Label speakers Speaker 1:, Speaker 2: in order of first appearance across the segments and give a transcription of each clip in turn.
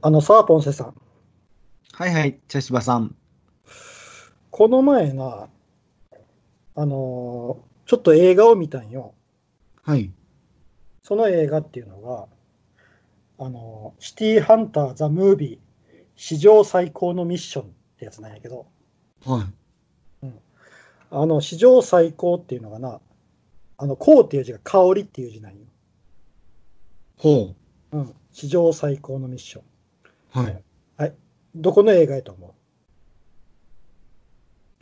Speaker 1: あのさ、ポンセさん。
Speaker 2: はいはい、茶芝さん。
Speaker 1: この前な、あのーちょっと映画を見たんよ。
Speaker 2: はい。
Speaker 1: その映画っていうのが、あのーシティハンター・ザ・ムービー、史上最高のミッションってやつなんやけど、
Speaker 2: はい。
Speaker 1: あの、史上最高っていうのがな、あの、こうっていう字が香りっていう字なんよ。
Speaker 2: ほ
Speaker 1: うん。史上最高のミッション。
Speaker 2: う。はい。
Speaker 1: どこの映画やと思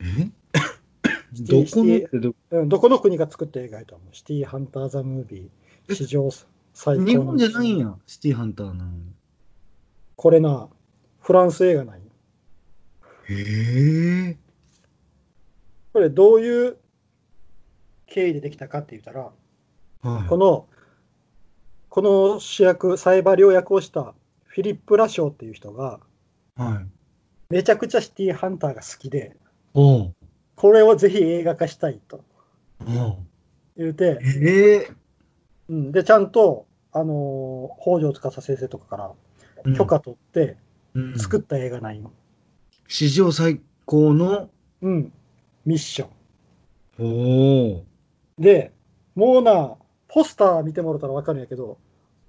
Speaker 2: え
Speaker 1: シテ
Speaker 2: ど
Speaker 1: ィ
Speaker 2: このってど
Speaker 1: う、うん、どこの国が作った映画やと思うシティハンター・ザ・ムービー、史上最高のミッ
Speaker 2: 日
Speaker 1: ション
Speaker 2: 本じゃないんや、シティハンターなのに。
Speaker 1: これな、フランス映画なんよ。
Speaker 2: へえ。
Speaker 1: これどういう経緯でできたかって言ったら、
Speaker 2: はい。
Speaker 1: この、この主役、サイバリを役をしたフィリップ・ラショーっていう人が、
Speaker 2: はい。
Speaker 1: めちゃくちゃシティハンターが好きで、
Speaker 2: ほう。
Speaker 1: これをぜひ映画化したいと
Speaker 2: ほ
Speaker 1: 言うて
Speaker 2: う。、へえ。
Speaker 1: うん、で、ちゃんと、あのー北条司先生とかから許可取って
Speaker 2: うん
Speaker 1: 作った映画なんよ。
Speaker 2: 史上最高の。
Speaker 1: うん、ミッション。
Speaker 2: ほ
Speaker 1: で、もうな、ポスター見てもらったら分かるんやけど、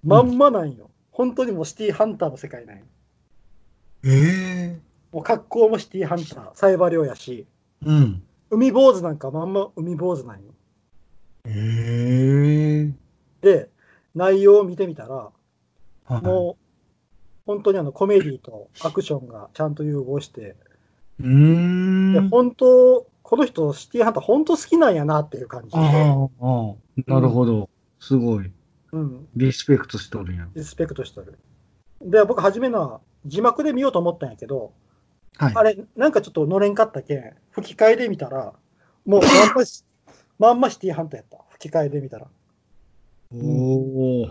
Speaker 1: まんまなんよ。本当にもうシティハンターの世界なんよ。
Speaker 2: う。へえ。
Speaker 1: もう格好もシティハンター、サイバー漁やし、
Speaker 2: うん。
Speaker 1: 海坊主なんかまんま海坊主なんよ。
Speaker 2: へえ。
Speaker 1: で、内容を見てみたら、
Speaker 2: はい
Speaker 1: もう、本当にあのコメディとアクションがちゃんと融合して、
Speaker 2: う。うーん。
Speaker 1: で、本当、この人、シティハンター本当好きなんやなっていう感じ
Speaker 2: ああ
Speaker 1: で、、
Speaker 2: ああなるほど。すごい。
Speaker 1: うん、
Speaker 2: リスペクトしとるやん。
Speaker 1: リスペクトしてる。で、僕、初めな、字幕で見ようと思ったんやけど、
Speaker 2: はい
Speaker 1: あ。れ、なんかちょっと乗れんかったけん、吹き替えで見たら、もうまんまし、まんまシティハンターやった。吹き替えで見たら。
Speaker 2: おお。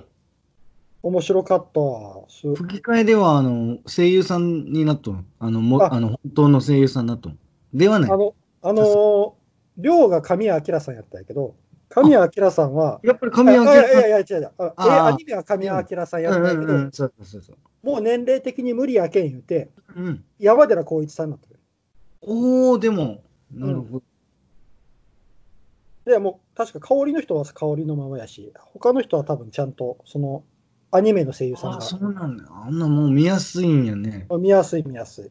Speaker 1: 面白かったわ。す
Speaker 2: 吹き替えでは、あの、声優さんになっとん。あの、も
Speaker 1: あ
Speaker 2: あの本当の声優さんになっとん。ではない。
Speaker 1: あの、あのー、亮が神谷明さんやったんやけど、神谷明さんは、
Speaker 2: やっぱり神谷
Speaker 1: あいやい
Speaker 2: 明
Speaker 1: やいや、違う違う。あ
Speaker 2: ああ
Speaker 1: えアニメは神谷明さんやった
Speaker 2: うんん
Speaker 1: やけ
Speaker 2: う
Speaker 1: ど、
Speaker 2: んうん。そうそうそう。
Speaker 1: もう年齢的に無理やけん言うて、
Speaker 2: うん。
Speaker 1: 山寺宏一さんになってる。
Speaker 2: おお、でも、なるほど。
Speaker 1: で、もう、確か香りの人は香りのままやし、他の人は多分ちゃんと、その、アニメの声優さん
Speaker 2: ああ、そ
Speaker 1: が。
Speaker 2: うなんだ。あんなもう見やすいんやね。
Speaker 1: 見やすい見やすい。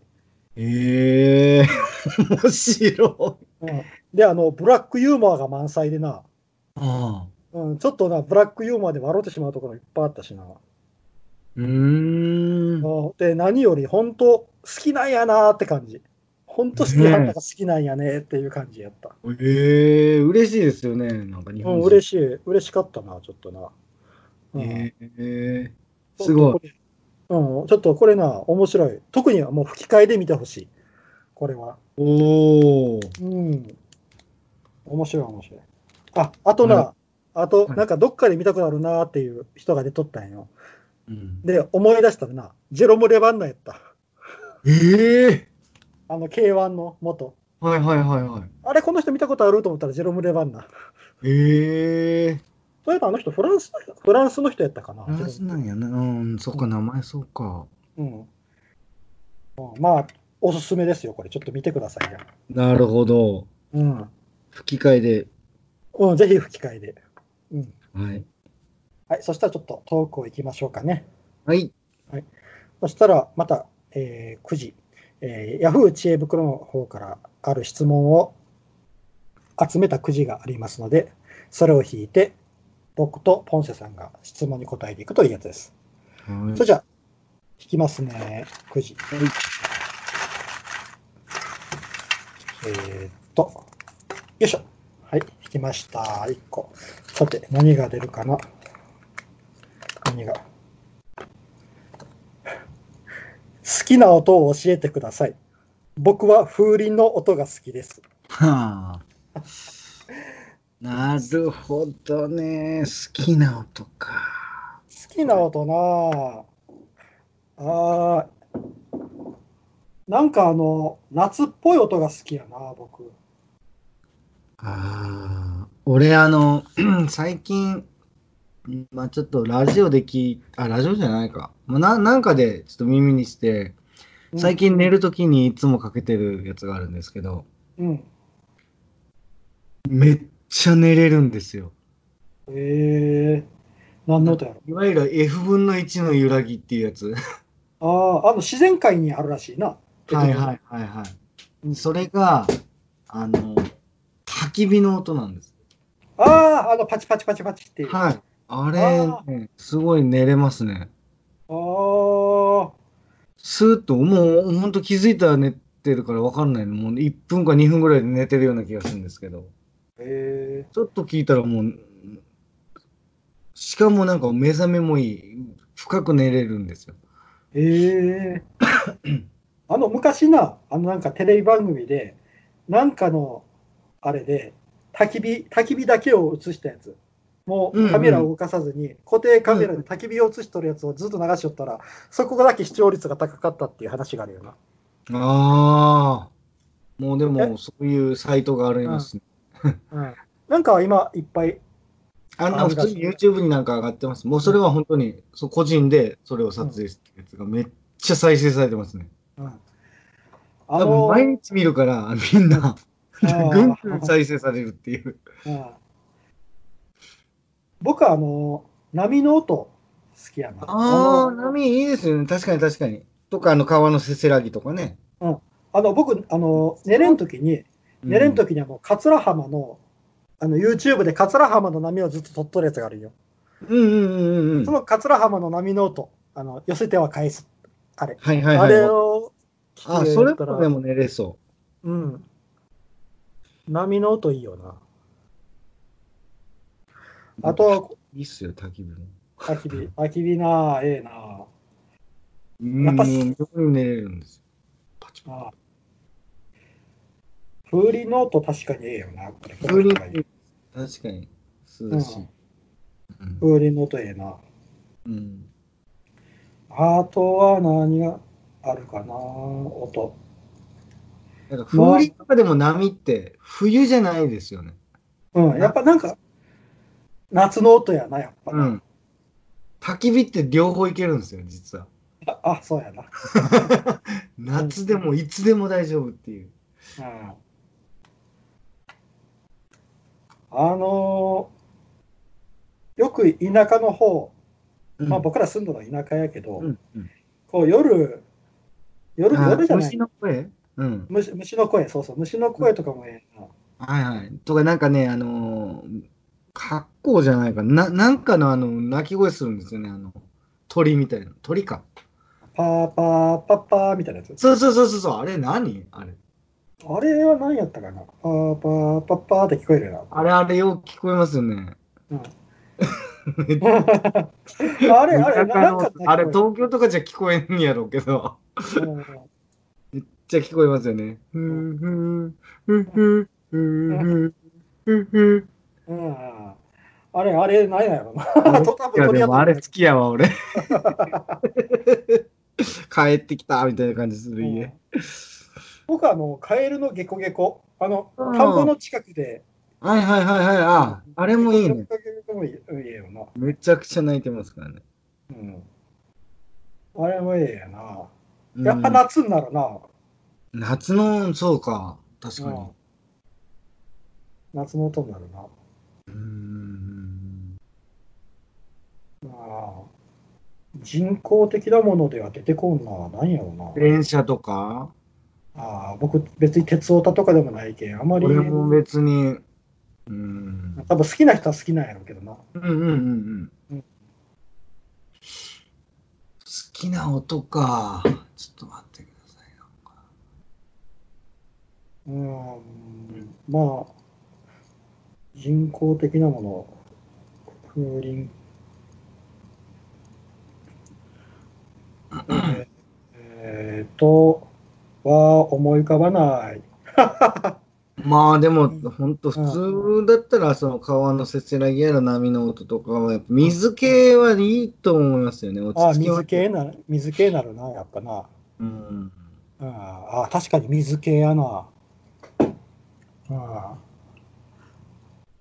Speaker 2: ええ 面白い。
Speaker 1: うん、で、あの、ブラックユーモアが満載でな、
Speaker 2: ああ。
Speaker 1: うん、ちょっとな、ブラックユーモアで笑ってしまうところいっぱいあったしな。
Speaker 2: うーん。
Speaker 1: うんで、何より本当好きなんやなーって感じ。本当シティハンターが好きなんやねっていう感じやった。
Speaker 2: ええ嬉しいですよね。なんか日
Speaker 1: う
Speaker 2: 本
Speaker 1: ん、
Speaker 2: 人。
Speaker 1: 嬉しい、嬉しかったな、ちょっとな。うん
Speaker 2: ええ
Speaker 1: ちょっと
Speaker 2: すごい
Speaker 1: こ。れうん、ちょっとこれな、面白い。特にもう吹き替えで見てほしい。これは。
Speaker 2: おお。
Speaker 1: うん。面白い、面白い。あ、あとな、あと、
Speaker 2: はい
Speaker 1: なんかどっかで見たくなるなーっていう人が出とったんよ。
Speaker 2: うん、
Speaker 1: で、思い出したらな、ジェロム・レバンナやった。
Speaker 2: ええ
Speaker 1: あの、K1 の元。
Speaker 2: はいはいはいは
Speaker 1: あれ、この人見たことあると思ったらジェロム・レバンナ。
Speaker 2: い。ええ
Speaker 1: そういえばあの人フランスの人、フランスの人やったかな。
Speaker 2: フランスなんやな。うん、そっか、名前そうか。
Speaker 1: うん。うんまあ、おすすめですよ、これ。ちょっと見てくださいよ。
Speaker 2: なるほど。
Speaker 1: うん。
Speaker 2: 吹き替えで。
Speaker 1: うん、ぜひ吹き替えで。うん。
Speaker 2: はい。
Speaker 1: はい、そしたらちょっとトークを行きましょうかね。
Speaker 2: はい。
Speaker 1: そしたら、また、えー9時、えー、Yahoo 知恵袋の方からある質問を集めたくじがありますので、それを引いて、僕とポンセさんが質問に答えていくというやつです。
Speaker 2: はい
Speaker 1: それじゃあ、引きますね、9時。えーっと、よいしょ。はい、引きました。1個。さて、何が出るかな何が。好きな音を教えてください。僕は風鈴の音が好きです。
Speaker 2: はあ。なるほどね。好きな音か。
Speaker 1: 好きな音なああーなんかあの、夏っぽい音が好きやな僕。
Speaker 2: ああ。俺、あの、最近、まあちょっとラジオで聞い、あ、ラジオじゃないか。まあ、ななんかでちょっと耳にして、最近寝るときにいつもかけてるやつがあるんですけど、
Speaker 1: うん。
Speaker 2: めっちゃ寝れるんですよ。
Speaker 1: えー、何の音やろ。
Speaker 2: いわゆる F 分の1の揺らぎっていうやつ。
Speaker 1: ああ、あの自然界にあるらしいな。
Speaker 2: はいはいはいは
Speaker 1: う
Speaker 2: い。
Speaker 1: ん
Speaker 2: それが、あの、焚き火の音なんです。
Speaker 1: ああ、あのパチパチパチパチっていう。あ
Speaker 2: はい。あ
Speaker 1: あ
Speaker 2: れ、ね、すごい寝れますね。
Speaker 1: あ、
Speaker 2: スーッと、もうほんと気づいたら寝てるから分かんないの。もう1分か2分ぐらいで寝てるような気がするんですけど。
Speaker 1: え
Speaker 2: ちょっと聞いたらもう、しかもなんか目覚めもいい。深く寝れるんですよ。
Speaker 1: ー、えー。あの昔な、あのなんかテレビ番組で、なんかのあれで、焚き火、焚き火だけを映したやつ。も
Speaker 2: うん
Speaker 1: う
Speaker 2: うん
Speaker 1: カメラを動かさずに、固定カメラで焚き火を映しとるやつをずっと流しとったら、そこだけ視聴率が高かったっていう話があるよな。
Speaker 2: ああ。もうで
Speaker 1: え
Speaker 2: も、そういうサイトがありますね。
Speaker 1: うん。なんか今いっぱい、
Speaker 2: あ
Speaker 1: あ
Speaker 2: の、普通に YouTube になんか上がってます。もうそれは本当に、そう個人でそれを撮影してるやつがめっちゃ再生されてますね。
Speaker 1: うん、あ
Speaker 2: 多分毎日見るから、 みんな、
Speaker 1: ー
Speaker 2: ぐんぐん再生されるっていう。
Speaker 1: うん僕はあの波の音好きやな。
Speaker 2: ああ、
Speaker 1: の
Speaker 2: 波いいですよね。確かに確かに。とか、あの、川のせせらぎとかね。
Speaker 1: あの僕あの寝れん時に寝れん
Speaker 2: と
Speaker 1: 時にはもう桂浜のあの YouTube で桂浜の波をずっと撮っとるやつがあるよ。
Speaker 2: うんうんうんうんうん。
Speaker 1: そ
Speaker 2: は
Speaker 1: の桂浜の波の音あの寄せては返すあれ、
Speaker 2: いはい
Speaker 1: あれ
Speaker 2: はい。
Speaker 1: を聞
Speaker 2: あ、
Speaker 1: いて
Speaker 2: それ
Speaker 1: たら
Speaker 2: もでも寝れそ
Speaker 1: うん。波の音いいよな。
Speaker 2: う。
Speaker 1: あと、は
Speaker 2: いいっすよ、焚き火も。
Speaker 1: 焚き火焚き火なええな。
Speaker 2: うん、
Speaker 1: やっぱ
Speaker 2: 横に寝れるんですよ。パチパ
Speaker 1: ああ風鈴の音確かにええよな。これ
Speaker 2: チ。風鈴確かに、涼しい。うん
Speaker 1: 風鈴の音ええな。
Speaker 2: うん
Speaker 1: あとは何があるかな音。
Speaker 2: なんか風鈴とかでも波って冬じゃないですよね。
Speaker 1: うん、やっぱなんか、夏の音やな、やっぱ。
Speaker 2: うん。焚き火って両方いけるんですよ、実は。
Speaker 1: ああ、そうやな。
Speaker 2: 夏でもいつでも大丈夫っていう。
Speaker 1: うん。あのーよく田舎の方、まあ僕ら住んどるのは田舎やけど、
Speaker 2: うんうん
Speaker 1: こう夜、夜、
Speaker 2: あ
Speaker 1: 夜じゃない
Speaker 2: 虫の声うん。
Speaker 1: 虫虫の声、そうそう、虫の声とかもええな。
Speaker 2: はいはい。とか、なんかね、あのー、格好じゃないかな。なんかの、あの、鳴き声するんですよね。あの、鳥みたいな。鳥か。
Speaker 1: パーパーパッパーみたいなやつ。
Speaker 2: そうそうそうそうそう。あれ何あれ。
Speaker 1: あれは何やったかなパーパーパッパーって聞こえるよな。
Speaker 2: あれ、あれよく聞こえますよね。
Speaker 1: うん
Speaker 2: めっちゃ
Speaker 1: あれ、あれ、
Speaker 2: 田舎
Speaker 1: なん
Speaker 2: の
Speaker 1: か
Speaker 2: あれ、東京とかじゃ聞こえんやろうけど。
Speaker 1: うん
Speaker 2: めっちゃ聞こえますよね。ふんふん、ふんふん、ふんふん、ふんふん。
Speaker 1: うんあれ、あれ、何やろな。 と多
Speaker 2: いや、
Speaker 1: 取り
Speaker 2: で
Speaker 1: 合って
Speaker 2: もあれ好きやわ、俺。 帰ってきたみたいな感じする
Speaker 1: うん
Speaker 2: 家。
Speaker 1: 僕はあの、カエルのゲコゲコ、あの、田
Speaker 2: うん
Speaker 1: んぼの近くで、
Speaker 2: はいはいはいはい。あ、あれもいいね
Speaker 1: ゲ。コゲコもいいいいよな。
Speaker 2: めちゃくちゃ泣いてますからね。
Speaker 1: うんあれもいいよな。
Speaker 2: うん
Speaker 1: やっぱ夏になるな。
Speaker 2: 夏の、そうか。確かに。
Speaker 1: 夏の音になるな。あ
Speaker 2: うーん。
Speaker 1: あ人工的なものでは出てこんな。何やろな。
Speaker 2: 電車とか
Speaker 1: ああ、僕別に鉄オタとかでもないけん、あまり、
Speaker 2: 俺も
Speaker 1: 多
Speaker 2: 別に。うーん。
Speaker 1: 分好きな人は好きなんやろうけどな。
Speaker 2: うんうんうん
Speaker 1: う
Speaker 2: うんん。好きな音か。ちょっと待ってくださいよ。
Speaker 1: うーん、まあ、人工的なもの、風鈴。えーえーと、は思い浮かばない。
Speaker 2: まあでも
Speaker 1: うん、
Speaker 2: ほんと普通だったら、その川のせせらぎやら波の音とかは、やっぱ水系はいいと思いますよね。
Speaker 1: ああ、
Speaker 2: 落ち着きは
Speaker 1: 水系な、水系なるな、やっぱな。
Speaker 2: うん。
Speaker 1: うん、ああ、確かに水系やな。うん。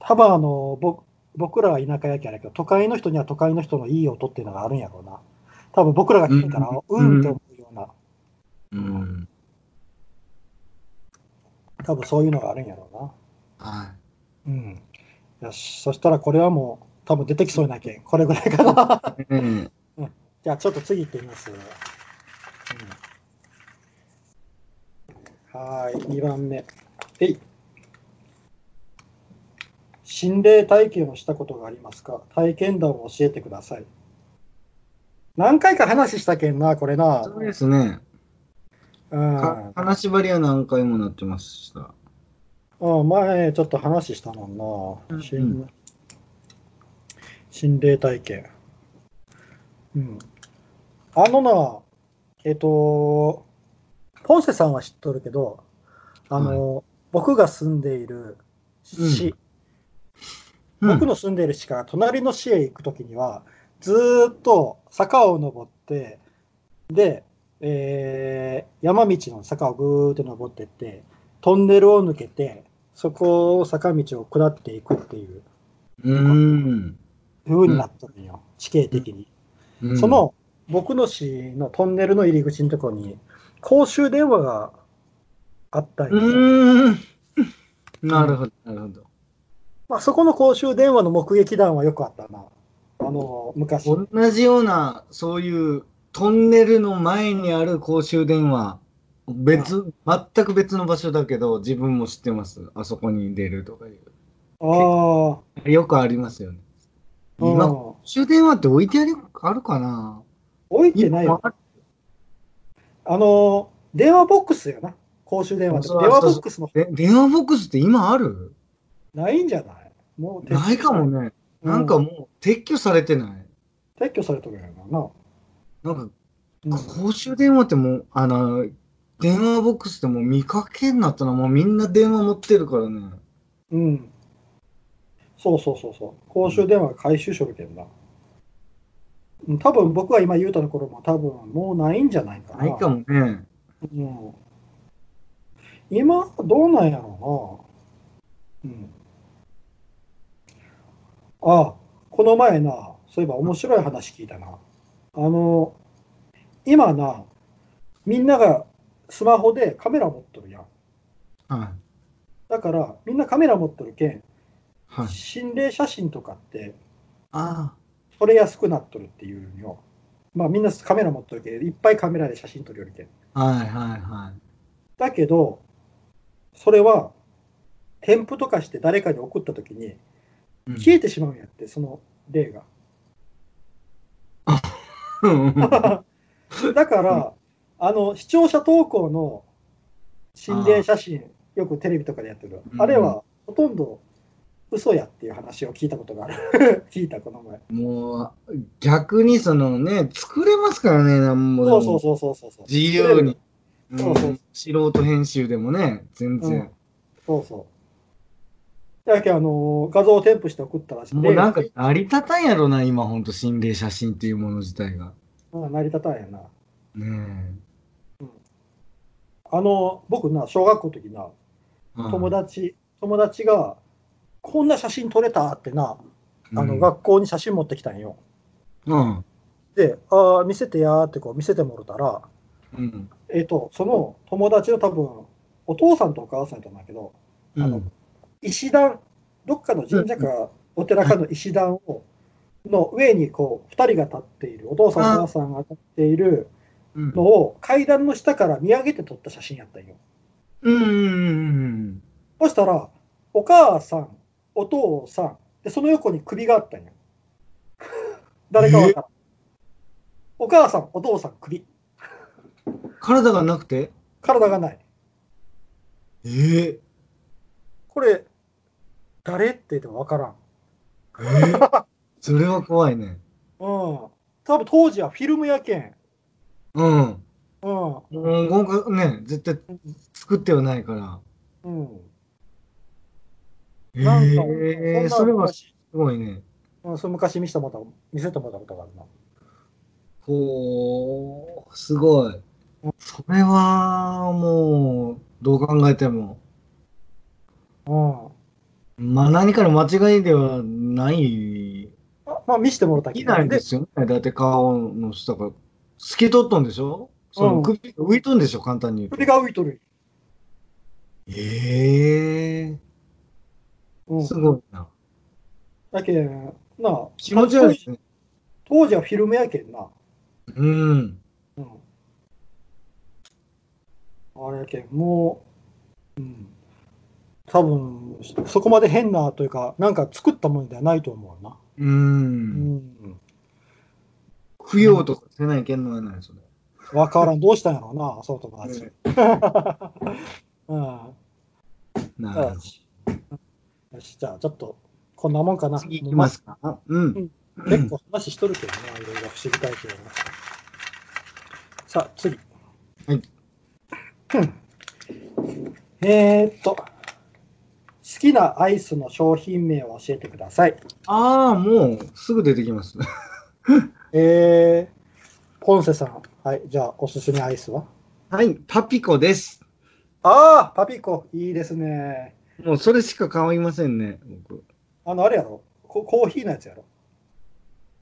Speaker 1: 多分あの、僕、僕らは田舎やけやだけど、都会の人には都会の人のいい音っていうのがあるんやろうな。多分僕らが聞いたら、う、
Speaker 2: うんん
Speaker 1: って思うような、
Speaker 2: うん。
Speaker 1: 多分そういうのがあるんやろうな。
Speaker 2: は
Speaker 1: うん。よし、そしたらこれはもう、多分出てきそうなけん。これぐらいかな。
Speaker 2: い。うん。
Speaker 1: じゃあちょっと次行ってみます。うんはーい、2番目。えい。心霊体験をしたことがありますか体験談を教えてください。何回か話したけんな、これな。
Speaker 2: そうですね。
Speaker 1: うん。
Speaker 2: か金縛りは何回もなってました。
Speaker 1: うん、前ちょっと話したもん
Speaker 2: う
Speaker 1: な。
Speaker 2: ん
Speaker 1: 心
Speaker 2: うん
Speaker 1: 心霊体験。うん。あのな、えっと、ポンセさんは知っとるけど、あの、僕が住んでいる市、
Speaker 2: うん
Speaker 1: 僕の住んでいる市から隣の市へ行くときには、ずーっと坂を登って、で、えー山道の坂をぐーって登ってって、トンネルを抜けて、そこを坂道を下っていくっていう
Speaker 2: うん。
Speaker 1: 風になったんよ、地形的に。
Speaker 2: うん
Speaker 1: そ、の僕の市のトンネルの入り口のところに公衆電話があったり、
Speaker 2: うーん。なるほど、なるほど。
Speaker 1: まあ、そこの公衆電話の目撃談はよくあったな、あの昔。
Speaker 2: 同じような、そういうトンネルの前にある公衆電話、別、全く別の場所だけど、自分も知ってます。あそこに出るとかい
Speaker 1: あー
Speaker 2: う。よくありますよね。
Speaker 1: う
Speaker 2: 今、
Speaker 1: ん、
Speaker 2: 公衆電話って置いてあるあるかな
Speaker 1: 置いてないよ。
Speaker 2: 今あ
Speaker 1: あの電話ボックスよな、公衆電話って。
Speaker 2: そう
Speaker 1: 電話ボックスの
Speaker 2: で電話ボックスって今ある
Speaker 1: ないんじゃないもう撤去
Speaker 2: ないかもね。
Speaker 1: う
Speaker 2: なんかもう撤去されてない。
Speaker 1: 撤去されとるんやろな。
Speaker 2: なんか
Speaker 1: うん
Speaker 2: 公衆電話ってもう、あの、電話ボックスってもう見かけになったな。もうみんな電話持ってるからね。
Speaker 1: うん。そうそうそうそう。公衆電話回収処理券だ。うん多分僕が今言うたところも多分もうないんじゃないかな。
Speaker 2: ないかもね。
Speaker 1: うん、今どうなんやろうな。うん。ああ、この前な、そういえば面白い話聞いたな。あの、今な、みんながスマホでカメラ持っとるやん。
Speaker 2: はい。
Speaker 1: だからみんなカメラ持っとるけん、
Speaker 2: はい。
Speaker 1: 心霊写真とかって
Speaker 2: あ
Speaker 1: 撮れやすくなっとるっていうのよ。まあみんなカメラ持っとるけど、いっぱいカメラで写真撮るよりけん。
Speaker 2: あ。はいはいはい。
Speaker 1: だけど、それは添付とかして誰かに送った時に
Speaker 2: うん
Speaker 1: 消えてしまうんやって、その例が。
Speaker 2: うんうん
Speaker 1: だから、あの視聴者投稿の心霊写真、よくテレビとかでやってる、
Speaker 2: うん
Speaker 1: あれはほとんど嘘やっていう話を聞いたことがある。 聞いた、この前。
Speaker 2: もう、逆にそのね、作れますからね、なんもで
Speaker 1: そ
Speaker 2: も。
Speaker 1: うそうそうそうそうそう。
Speaker 2: 自由に。
Speaker 1: れそうそう
Speaker 2: うん素人編集でもね、全然。
Speaker 1: そうそう。だけどあの画像を添付して送ったらしくて
Speaker 2: もうなんか成り立たんやろな、今ほんと心霊写真っていうもの自体が。
Speaker 1: うん成り立たんやな。
Speaker 2: ね
Speaker 1: あの、僕な、小学校の時な、
Speaker 2: え。はい
Speaker 1: 友達、友達が、こんな写真撮れたってな、あの、
Speaker 2: うん
Speaker 1: 学校に写真持ってきたんよ。
Speaker 2: うん。
Speaker 1: で、ああ、見せてやーってこう見せてもろたら、
Speaker 2: うん。
Speaker 1: えっ、と、その友達の多分、お父さんとお母さんとなんだけど、
Speaker 2: う
Speaker 1: あ
Speaker 2: ん
Speaker 1: の石段、どっかの神社かお寺かの石段を、の上にこう、2人が立っている、お父さんお母さんが立っている
Speaker 2: うん
Speaker 1: のを、階段の下から見上げて撮った写真やったんよ。
Speaker 2: うんうん
Speaker 1: そしたら、お母さん、お父さん、でその横に首があったんよ。 誰かわからん。お母さん、お父さん、首。
Speaker 2: 体がなくて
Speaker 1: 体がない。
Speaker 2: え
Speaker 1: これ、誰って言ってもわからん。
Speaker 2: えーそれは怖いね。
Speaker 1: うん。多分当時はフィルムやけん。
Speaker 2: う
Speaker 1: う
Speaker 2: ん。
Speaker 1: ん。
Speaker 2: もう今回ね、絶対作ってはないから。
Speaker 1: うん。
Speaker 2: え
Speaker 1: なんか、
Speaker 2: ー、
Speaker 1: そ
Speaker 2: そ
Speaker 1: ん
Speaker 2: れ
Speaker 1: な
Speaker 2: はす
Speaker 1: 昔、
Speaker 2: ごいね。
Speaker 1: うん、それ昔見せてもらった、見せてもらったことがあるな。
Speaker 2: ほう、すごい。それはもう、どう考えても、
Speaker 1: うん。
Speaker 2: まあ何かの間違いではない。
Speaker 1: あまあ、見せてもらった
Speaker 2: いないで
Speaker 1: です
Speaker 2: よね。だって顔の下が透き通っとんでしょその首が浮いとんでしょ簡単に言う
Speaker 1: 首
Speaker 2: と。
Speaker 1: が浮いとる。
Speaker 2: ええ
Speaker 1: う
Speaker 2: ー、す
Speaker 1: ん、
Speaker 2: ごいな。
Speaker 1: だけんなあ
Speaker 2: 気持ち悪いですね。
Speaker 1: 当時はフィルムやけんな。
Speaker 2: うん。
Speaker 1: うん、あれやけん、もう、うん、多分そこまで変なというか、なんか作ったものではないと思うな。
Speaker 2: う。
Speaker 1: うんん。
Speaker 2: 供養とかせないけんのはないそれ。
Speaker 1: わからん、どうしたんやろうな、そうとか。 うん。
Speaker 2: なるほ
Speaker 1: よ
Speaker 2: ど。
Speaker 1: し、よしじゃあちょっと、こんなもんかな。
Speaker 2: 次いきますか。うん。
Speaker 1: まあ結構話しとるけどな、いろいろ不思議体験は。さあ、次。
Speaker 2: はい
Speaker 1: うん。 えーっと、好きなアイスの商品名を教えてください。
Speaker 2: ああ、もうすぐ出てきます。
Speaker 1: えー、ポンセさん。はい、じゃあ、おすすめアイスは
Speaker 2: はい、パピコです。
Speaker 1: ああ、パピコ、いいですね。
Speaker 2: もうそれしか買いませんね、僕。
Speaker 1: あの、あれやろココーヒーのやつやろ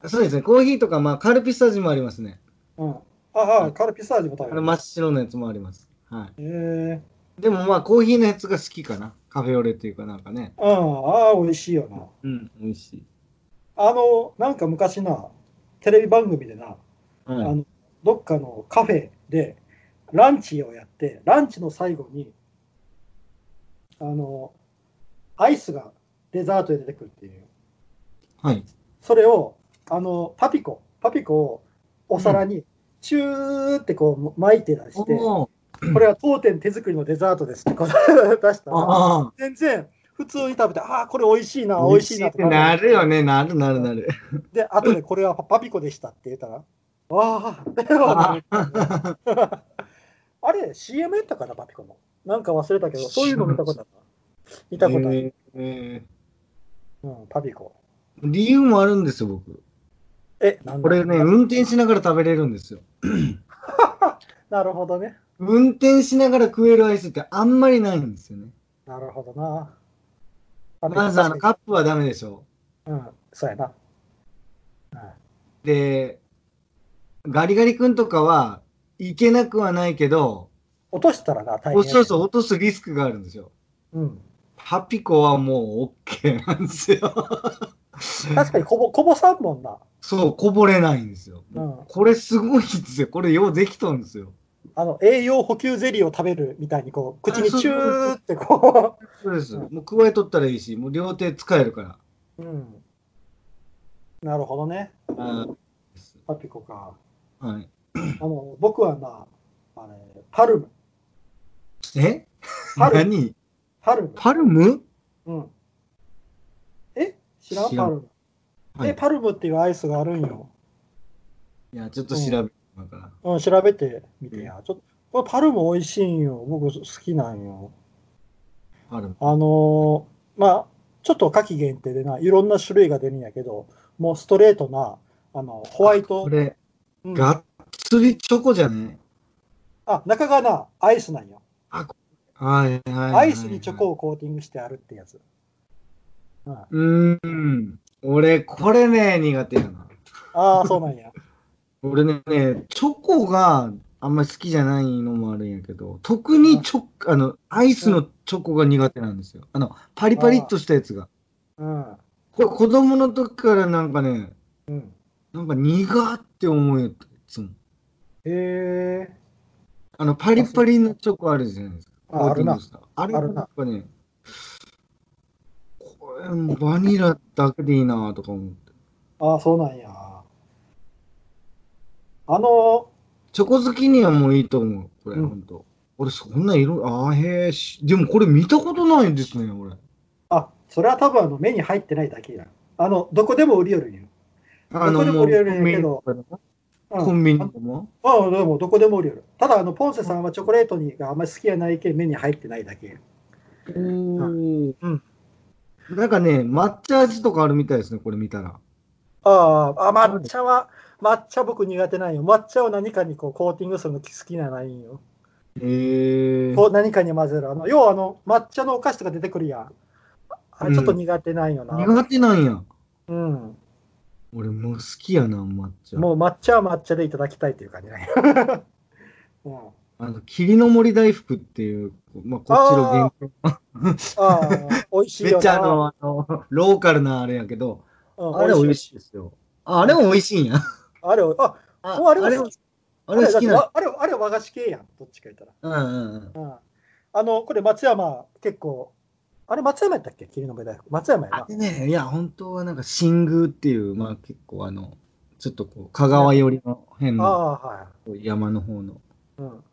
Speaker 2: そうですね、コーヒーとか、まあ、カルピス味もありますね。
Speaker 1: うん。ああ、カルピス味も食
Speaker 2: あ
Speaker 1: べ
Speaker 2: の
Speaker 1: る。
Speaker 2: 真っ白のやつもあります。は
Speaker 1: えー、
Speaker 2: い。でもまあ、コーヒーのやつが好きかな。カフェオレっていうかなんかね。
Speaker 1: ああ、ああ美味しいよな。
Speaker 2: うん、美味しい。
Speaker 1: あの、なんか昔な、テレビ番組でな、あ
Speaker 2: はい。
Speaker 1: のどっかのカフェでランチをやって、ランチの最後に、あの、アイスがデザートで出てくるっていう。
Speaker 2: はい。
Speaker 1: それを、あの、パピコ、パピコをお皿に、チューってこう巻いて出して、こ
Speaker 2: おー
Speaker 1: れは当店手作りのデザートですってこう 出したら、
Speaker 2: ああ。
Speaker 1: 全然普通に食べて、ああ、これ美味しいな、美
Speaker 2: 美
Speaker 1: 味
Speaker 2: 味
Speaker 1: しい
Speaker 2: しい
Speaker 1: な
Speaker 2: な
Speaker 1: と
Speaker 2: っ
Speaker 1: か
Speaker 2: てなるよね、なるなるなる。
Speaker 1: で、後でこれはパピコでしたって言ったら、わあ、では
Speaker 2: あ
Speaker 1: ね あれ、CM やったかな、パピコの。なんか忘れたけど、そういうの見たことあった。見たことある。
Speaker 2: えーえ
Speaker 1: うん、パピコ。
Speaker 2: ー理由もあるんですよ、僕。
Speaker 1: え、なんだ
Speaker 2: これね、運転しながら食べれるんですよ。
Speaker 1: なるほどね。
Speaker 2: 運転しながら食えるアイスってあんまりないんですよね。
Speaker 1: なるほどな。パピコ
Speaker 2: まずあのカップはダメでしょ。
Speaker 1: うん、そうやな。
Speaker 2: で、ガリガリ君とかはいけなくはないけど、
Speaker 1: 落としたらな、大
Speaker 2: お
Speaker 1: 変。
Speaker 2: そうそう、落とすリスクがあるんですよ。
Speaker 1: うん。
Speaker 2: パピコはもう OK なんですよ。
Speaker 1: 確かにこぼ、こぼさんもんな。
Speaker 2: そう、こぼれないんですよ。
Speaker 1: うん。
Speaker 2: これすごいんですよ。これようできとんですよ。
Speaker 1: あの、栄養補給ゼリーを食べるみたいに、こう、口に
Speaker 2: あそう
Speaker 1: チューってこ
Speaker 2: そうです。もう加えとったらいいし、もう両手使えるから。
Speaker 1: う。うん。なるほどね。
Speaker 2: あー
Speaker 1: パピコか。
Speaker 2: はい、
Speaker 1: あの、僕はな、あれ、パルム。
Speaker 2: え
Speaker 1: パルム。
Speaker 2: 何
Speaker 1: パルム。
Speaker 2: パルム、
Speaker 1: うん。え知らん
Speaker 2: 知ら
Speaker 1: パ
Speaker 2: ん
Speaker 1: ルム。
Speaker 2: はい、
Speaker 1: え、パルムっていうアイスがあるんよ。
Speaker 2: いや、ちょっと調べるのかな。
Speaker 1: うん、調べてみてや。ちょっと、これパルム美味しいんよ。僕好きなんよ。
Speaker 2: パルム。
Speaker 1: あのーまあ、ちょっと夏季限定でな、いろんな種類が出るんやけど、もうストレートな、あの、ホワイト
Speaker 2: こ、れ、
Speaker 1: うん
Speaker 2: がっつりチョコじゃね
Speaker 1: あ、中がな、アイスなんよ。
Speaker 2: はいはいはい。
Speaker 1: アイスにチョコ。をコーティングしてあるってやつ。
Speaker 2: うーん。俺、これね、苦手やな。
Speaker 1: ああ、そうなんや。
Speaker 2: 俺ね、チョコがあんまり好きじゃないのもあるんやけど、特にチョあの、アイスのチョコが苦手なんですよ。あの、パリパリっとしたやつが。
Speaker 1: うん。
Speaker 2: これ、子供の時からなんかね、
Speaker 1: うん。
Speaker 2: なんか苦って思うよって、いつも。
Speaker 1: へえ。
Speaker 2: あの、パリパリのチョコあるじゃないですか。
Speaker 1: ああるな
Speaker 2: コーティングした。あれ
Speaker 1: あるな
Speaker 2: なんかね、これ、バニラだけでいいなとか思って。
Speaker 1: ああ、そうなんや。あの
Speaker 2: チョコ好きにはもういいと思う、これ、
Speaker 1: うん
Speaker 2: ほんと。俺、そんな色、あーへえし、でもこれ見たことないですね、俺。
Speaker 1: ーあ、それは多分あの目に入ってないだけや。あの、どこでも売りよるんよ。
Speaker 2: あ
Speaker 1: どこ
Speaker 2: の、
Speaker 1: でも
Speaker 2: も
Speaker 1: 売り上
Speaker 2: うコ
Speaker 1: げる
Speaker 2: ン
Speaker 1: んや
Speaker 2: ビ
Speaker 1: け
Speaker 2: ニ
Speaker 1: ど
Speaker 2: とかでも
Speaker 1: うん
Speaker 2: コンビニとかも。
Speaker 1: ああ、でもどこでも売りよる。ただ、あの、ポンセさんはチョコレートにがあんまり好きやないけん、目に入ってないだけ。
Speaker 2: お
Speaker 1: うん
Speaker 2: なんかね、抹茶味とかあるみたいですね、これ見たら。
Speaker 1: ああ、あ抹茶は、抹茶僕苦手なんよ。抹茶を何かにこうコーティングするの好きなないんよ。
Speaker 2: へえ
Speaker 1: こう何かに混ぜる。あの要はあの抹茶のお菓子とか出てくるやん。ああれちょっと苦手なんよな。
Speaker 2: 苦手なんや。
Speaker 1: うん。
Speaker 2: 俺もう好きやな、抹茶。
Speaker 1: もう抹茶は抹茶でいただきたいという感じね。 うん、あ
Speaker 2: あの、霧の森大福っていう、まあ、こっちの原型。
Speaker 1: あ、美味しい
Speaker 2: めっ
Speaker 1: よ
Speaker 2: ちゃあ
Speaker 1: な。
Speaker 2: の、あの、ローカルなあれやけど、
Speaker 1: うん
Speaker 2: あれ美味しいですよ。ああれも美味しいんや。
Speaker 1: あれ、あ、
Speaker 2: あ
Speaker 1: もうあれは
Speaker 2: あれ
Speaker 1: 好き
Speaker 2: あれ好きな。
Speaker 1: あれ、あれ和菓子系やん。どっちか言ったら。
Speaker 2: うんうんうん。
Speaker 1: あの、これ松山、結構、あれ松山やったっけ霧の目大福。松山や
Speaker 2: あ
Speaker 1: な。
Speaker 2: れね、いや、本当はなんか、新宮っていう、まあ結構あの、ちょっとこう、香川寄りの辺
Speaker 1: あ
Speaker 2: の
Speaker 1: あ、はい。
Speaker 2: 山の方の。
Speaker 1: うん。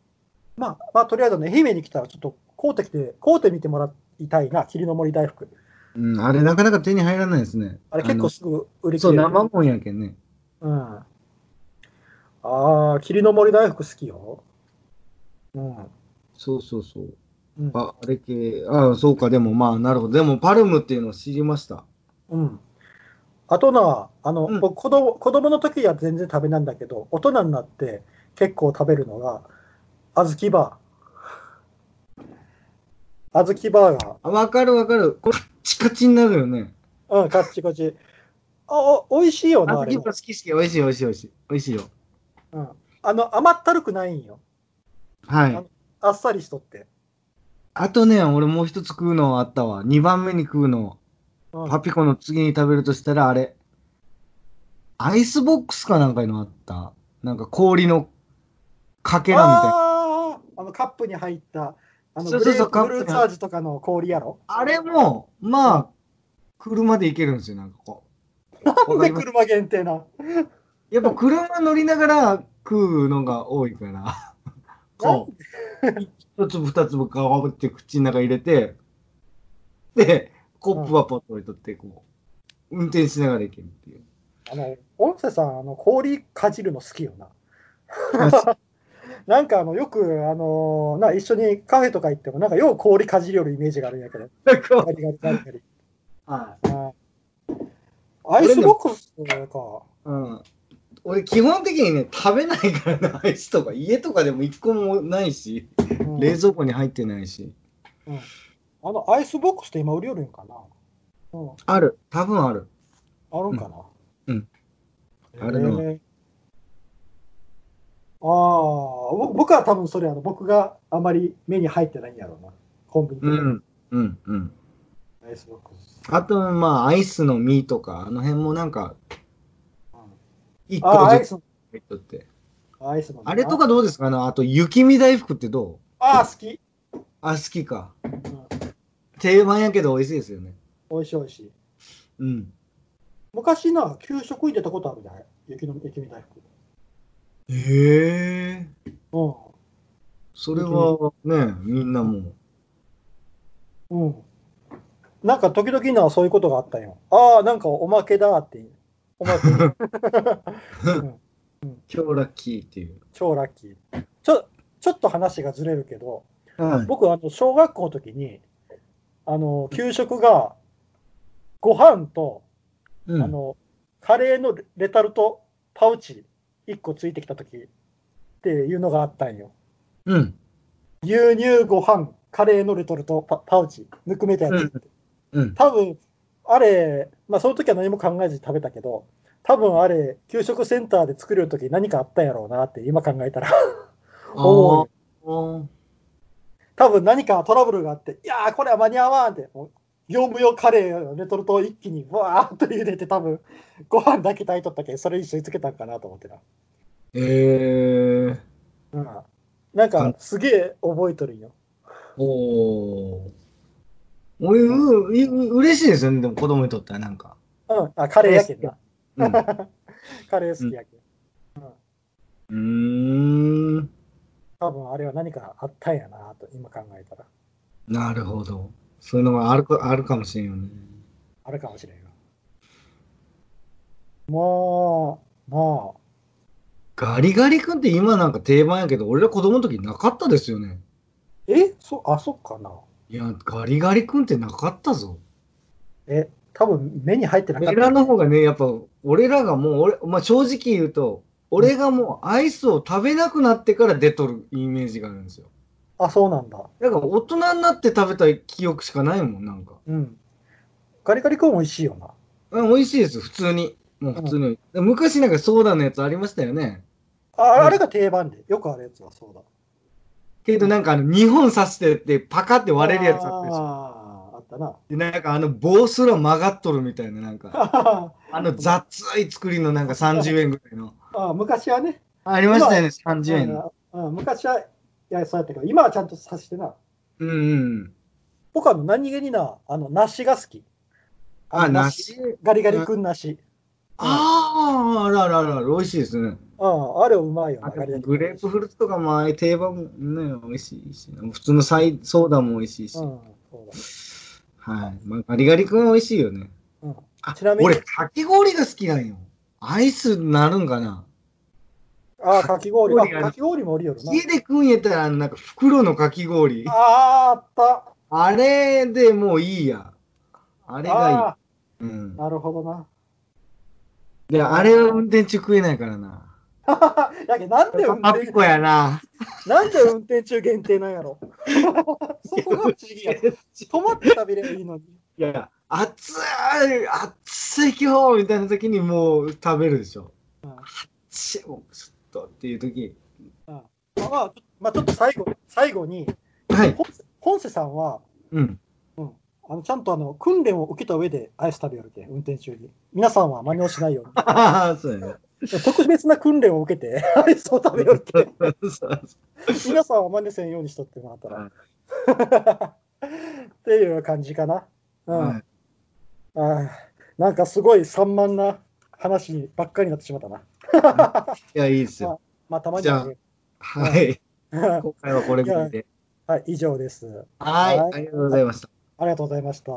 Speaker 1: まあ、まあ、とりあえずね、愛媛に来たら、ちょっと買うてきて、買うてみてもらいたいな、霧の森大福。
Speaker 2: うん、あれなかなか手に入らないですね。
Speaker 1: あれ結
Speaker 2: の
Speaker 1: 構すぐ売り切
Speaker 2: そう、
Speaker 1: れる。
Speaker 2: 生もんやけんね。
Speaker 1: うん。ああー、霧の森大福好きよ。うん。
Speaker 2: そうそうそう。
Speaker 1: うん。
Speaker 2: あ、あれ系、あそうか、でもまあ、なるほど。でも、パルムっていうのを知りました。
Speaker 1: うん、あとな、あの、
Speaker 2: うん
Speaker 1: 僕子供、子供の時は全然食べなんだけど、大人になって結構食べるのが、小豆バー。小豆バーが
Speaker 2: あ、わかるわかる。これ、カッチカチになるよね。
Speaker 1: うん、カッチコチ。あ、お美味しいよな、
Speaker 2: あ
Speaker 1: あ
Speaker 2: ず
Speaker 1: れ
Speaker 2: き
Speaker 1: も。
Speaker 2: パ好き好き。美味しい美味しい美味しい。美味しいよ。
Speaker 1: うん。あの、甘ったるくないんよ。
Speaker 2: はい。
Speaker 1: あっさりしとって。
Speaker 2: あとね、俺もう一つ食うのあったわ。二番目に食うの。
Speaker 1: うん、
Speaker 2: パピコの次に食べるとしたら、あれ。アイスボックスかなんかいうのあった。なんか氷のかけらみたいな。
Speaker 1: あーあの、カップに入った、あの、グ
Speaker 2: そうそ
Speaker 1: レ
Speaker 2: うそ
Speaker 1: ープ
Speaker 2: う
Speaker 1: フ
Speaker 2: カップ
Speaker 1: ル
Speaker 2: に入っ
Speaker 1: ーツ味とかの氷やろ。
Speaker 2: あれも、まあ、車で行けるんですよ、なんかこう。わか
Speaker 1: で、
Speaker 2: りま す
Speaker 1: 車限定な。
Speaker 2: やっぱ車乗りながら食うのが多いから。こう。一粒二粒ガバって口の中入れて、で、コップはポッと置いとって、こう、運転しながら行けるっていう。
Speaker 1: あの、音声さん、あの、氷かじるの好きよな。なんか、あの、よく、あのな、一緒にカフェとか行っても、なんか、よう氷かじりよるイメージがあるんやけど。
Speaker 2: なんか
Speaker 1: ガリガリガリガリ。
Speaker 2: は
Speaker 1: うんアイスボックスか。
Speaker 2: いうん、俺、基本的にね、食べないからな、アイスとか、家とかでも一個もないし、
Speaker 1: うん
Speaker 2: 冷蔵庫に入ってないし。
Speaker 1: あのアイスボックスって今売りよるんかなうん、
Speaker 2: ある、多分ある。
Speaker 1: あるんかな
Speaker 2: う
Speaker 1: へ
Speaker 2: んうんあるの
Speaker 1: ーああ、ぼ僕は多分それあの、僕があまり目に入ってないんやろうな。コンビニと
Speaker 2: う
Speaker 1: か
Speaker 2: ん、うん、うん。
Speaker 1: アイスボックス。
Speaker 2: あと、まあ、アイスの実とか、あの辺もなんか、
Speaker 1: うん
Speaker 2: 一個
Speaker 1: ああ、ア
Speaker 2: 10
Speaker 1: イスの、
Speaker 2: 入っとって。
Speaker 1: アイスの。
Speaker 2: あれとかどうですかねあと、雪見大福ってど
Speaker 1: ああ、好き。
Speaker 2: うあ、好きか。
Speaker 1: うん
Speaker 2: 定番やけど美味しいですよね。
Speaker 1: 美味しい美味しい。
Speaker 2: うん。
Speaker 1: 昔な、給食に出たことあるじゃん。雪の、雪見大福。
Speaker 2: へえ。
Speaker 1: うん。
Speaker 2: それはね、みんなも
Speaker 1: うん。なんか時々なそういうことがあったんよ。ああ、なんかおまけだって。お まけ。うん
Speaker 2: う、今日ラッキーっていう。
Speaker 1: 超ラッキー。ちょ、ちょっと話がずれるけど、
Speaker 2: はい。
Speaker 1: 僕、あの、小学校の時に、あの、給食が、ご飯と、
Speaker 2: うん、
Speaker 1: あの、カレーのレレタルトパウチ1個ついてきた時っていうのがあったんよ。
Speaker 2: うん。
Speaker 1: 牛乳ご飯、カレーのレトルトパパウチ、ぬくめたやつ。
Speaker 2: うんうん。
Speaker 1: 多分あれ、まあ、その時は何も考えずに食べたけど、多分あれ、給食センターで作る時に何かあったんやろうなって、今考えたら、 思うよ
Speaker 2: あ
Speaker 1: 多分何かトラブルがあって、いやー、これは間に合わんって、もう業務用カレーのレトルトを一気にわーっと入れて、多分ご飯だけ炊いとったけんそれ一緒につけたんかなと思ってな。
Speaker 2: ーへえ。
Speaker 1: うん、なんか、すげえ覚えとるんよ。
Speaker 2: おお。おいう、う、嬉しいですよね、でも子供にとってはなんか。
Speaker 1: うん、あカレーやけんな。
Speaker 2: うん。う
Speaker 1: カレー好きやけん。
Speaker 2: ーん。
Speaker 1: 多分あれは何かあったんやなと、今考えたら。
Speaker 2: なるほど。そういうのがあるかあるかもしれんよね。
Speaker 1: あるかもしれんよ。まあ、まあ、
Speaker 2: ガリガリ君って今なんか定番やけど、俺ら子供の時なかったですよね。
Speaker 1: えそ、あ、そっかな。
Speaker 2: いや、ガリガリ君ってなかったぞ。
Speaker 1: え、多分目に入ってなかった。
Speaker 2: 俺らの方がね、やっぱ、俺らがもう、俺、まあ、正直言うと、俺がもうアイスを食べなくなってから出とるイメージがあるんですよ。
Speaker 1: あ、そうなんだ。
Speaker 2: だから大人になって食べた記憶しかないもん、なんか。
Speaker 1: うん。ガリガリ君美味しいよな。
Speaker 2: うん、美味しいです、普通に。もう普通に。昔なんかソーダのやつありましたよね。
Speaker 1: あ
Speaker 2: うん
Speaker 1: あれが定番で、よくあるやつはそうだ。
Speaker 2: けどなんかあの、2本刺してってパカって割れるやつあったでしょ。
Speaker 1: あーあったな。
Speaker 2: で、なんかあの棒すら曲がっとるみたいな、なん か、
Speaker 1: あ
Speaker 2: あの雑い作りのなんか30円ぐらいの。
Speaker 1: ー昔はね、
Speaker 2: ありましたよね、30円の。
Speaker 1: うんうん昔は、いや、そうやったけど、今はちゃんと刺してな。
Speaker 2: うんうん。
Speaker 1: 僕はあの何気にな、あの、梨が好き。
Speaker 2: あ、
Speaker 1: の
Speaker 2: 梨。
Speaker 1: ガリガリ君梨。
Speaker 2: ああ、あらあらあらあら、美味しいですね。
Speaker 1: うん、あれうまいよ
Speaker 2: あ
Speaker 1: な、ガリガリ君
Speaker 2: グレープフルーツとかもああいう定番もね、美味しいし、普通のサイソーダも美味しいし、
Speaker 1: うん、そうだね
Speaker 2: はい。まあ、ガリガリ君は美味しいよね。
Speaker 1: うん
Speaker 2: あ
Speaker 1: ちなみに
Speaker 2: 俺、かき氷が好きなんよ。アイスになるんかな
Speaker 1: あー、かき氷。
Speaker 2: か
Speaker 1: あ
Speaker 2: き氷が
Speaker 1: かき氷もおるよるな。
Speaker 2: 家で食うんやったら、なんか袋のかき氷。あ
Speaker 1: あーあっ
Speaker 2: れでもういいや。あれ
Speaker 1: た。あ
Speaker 2: が
Speaker 1: あ
Speaker 2: いい。うん
Speaker 1: ー、。なるほどな。
Speaker 2: で、あれは運転中食えないからな。
Speaker 1: だけどなんで運
Speaker 2: パピ
Speaker 1: 転
Speaker 2: コやな。
Speaker 1: なんで運転中限定なんや ろそこが不思議や。止まって食べればいい のに。
Speaker 2: いや、暑い、暑い今日みたいな時にもう食べるでしょ。
Speaker 1: うん
Speaker 2: 暑い、もうちょっとっていう時。
Speaker 1: まあまあ、まあ、ちょっと最後最後に、
Speaker 2: はい。
Speaker 1: 本瀬本瀬さんは
Speaker 2: うん。
Speaker 1: あのちゃんとあの訓練を受けた上でアイス食べよるけん、運転中に。皆さんは真似をしないよう
Speaker 2: ああ、そうやね。
Speaker 1: に。特別な訓練を受けてアイスを食べよるけん、
Speaker 2: そう
Speaker 1: 皆さんは真似せんようにしとってもら
Speaker 2: は
Speaker 1: ったら。 っていう感じかな。うん
Speaker 2: はい
Speaker 1: ああなんかすごい散漫な話ばっかりになってしまったな。
Speaker 2: いや、いいですよ。
Speaker 1: まあたまにはね、
Speaker 2: はい。
Speaker 1: は
Speaker 2: 今回はこれぐらいで。
Speaker 1: い、以上です。
Speaker 2: はい
Speaker 1: はい。
Speaker 2: ありがとうございました。
Speaker 1: ありがとうございました。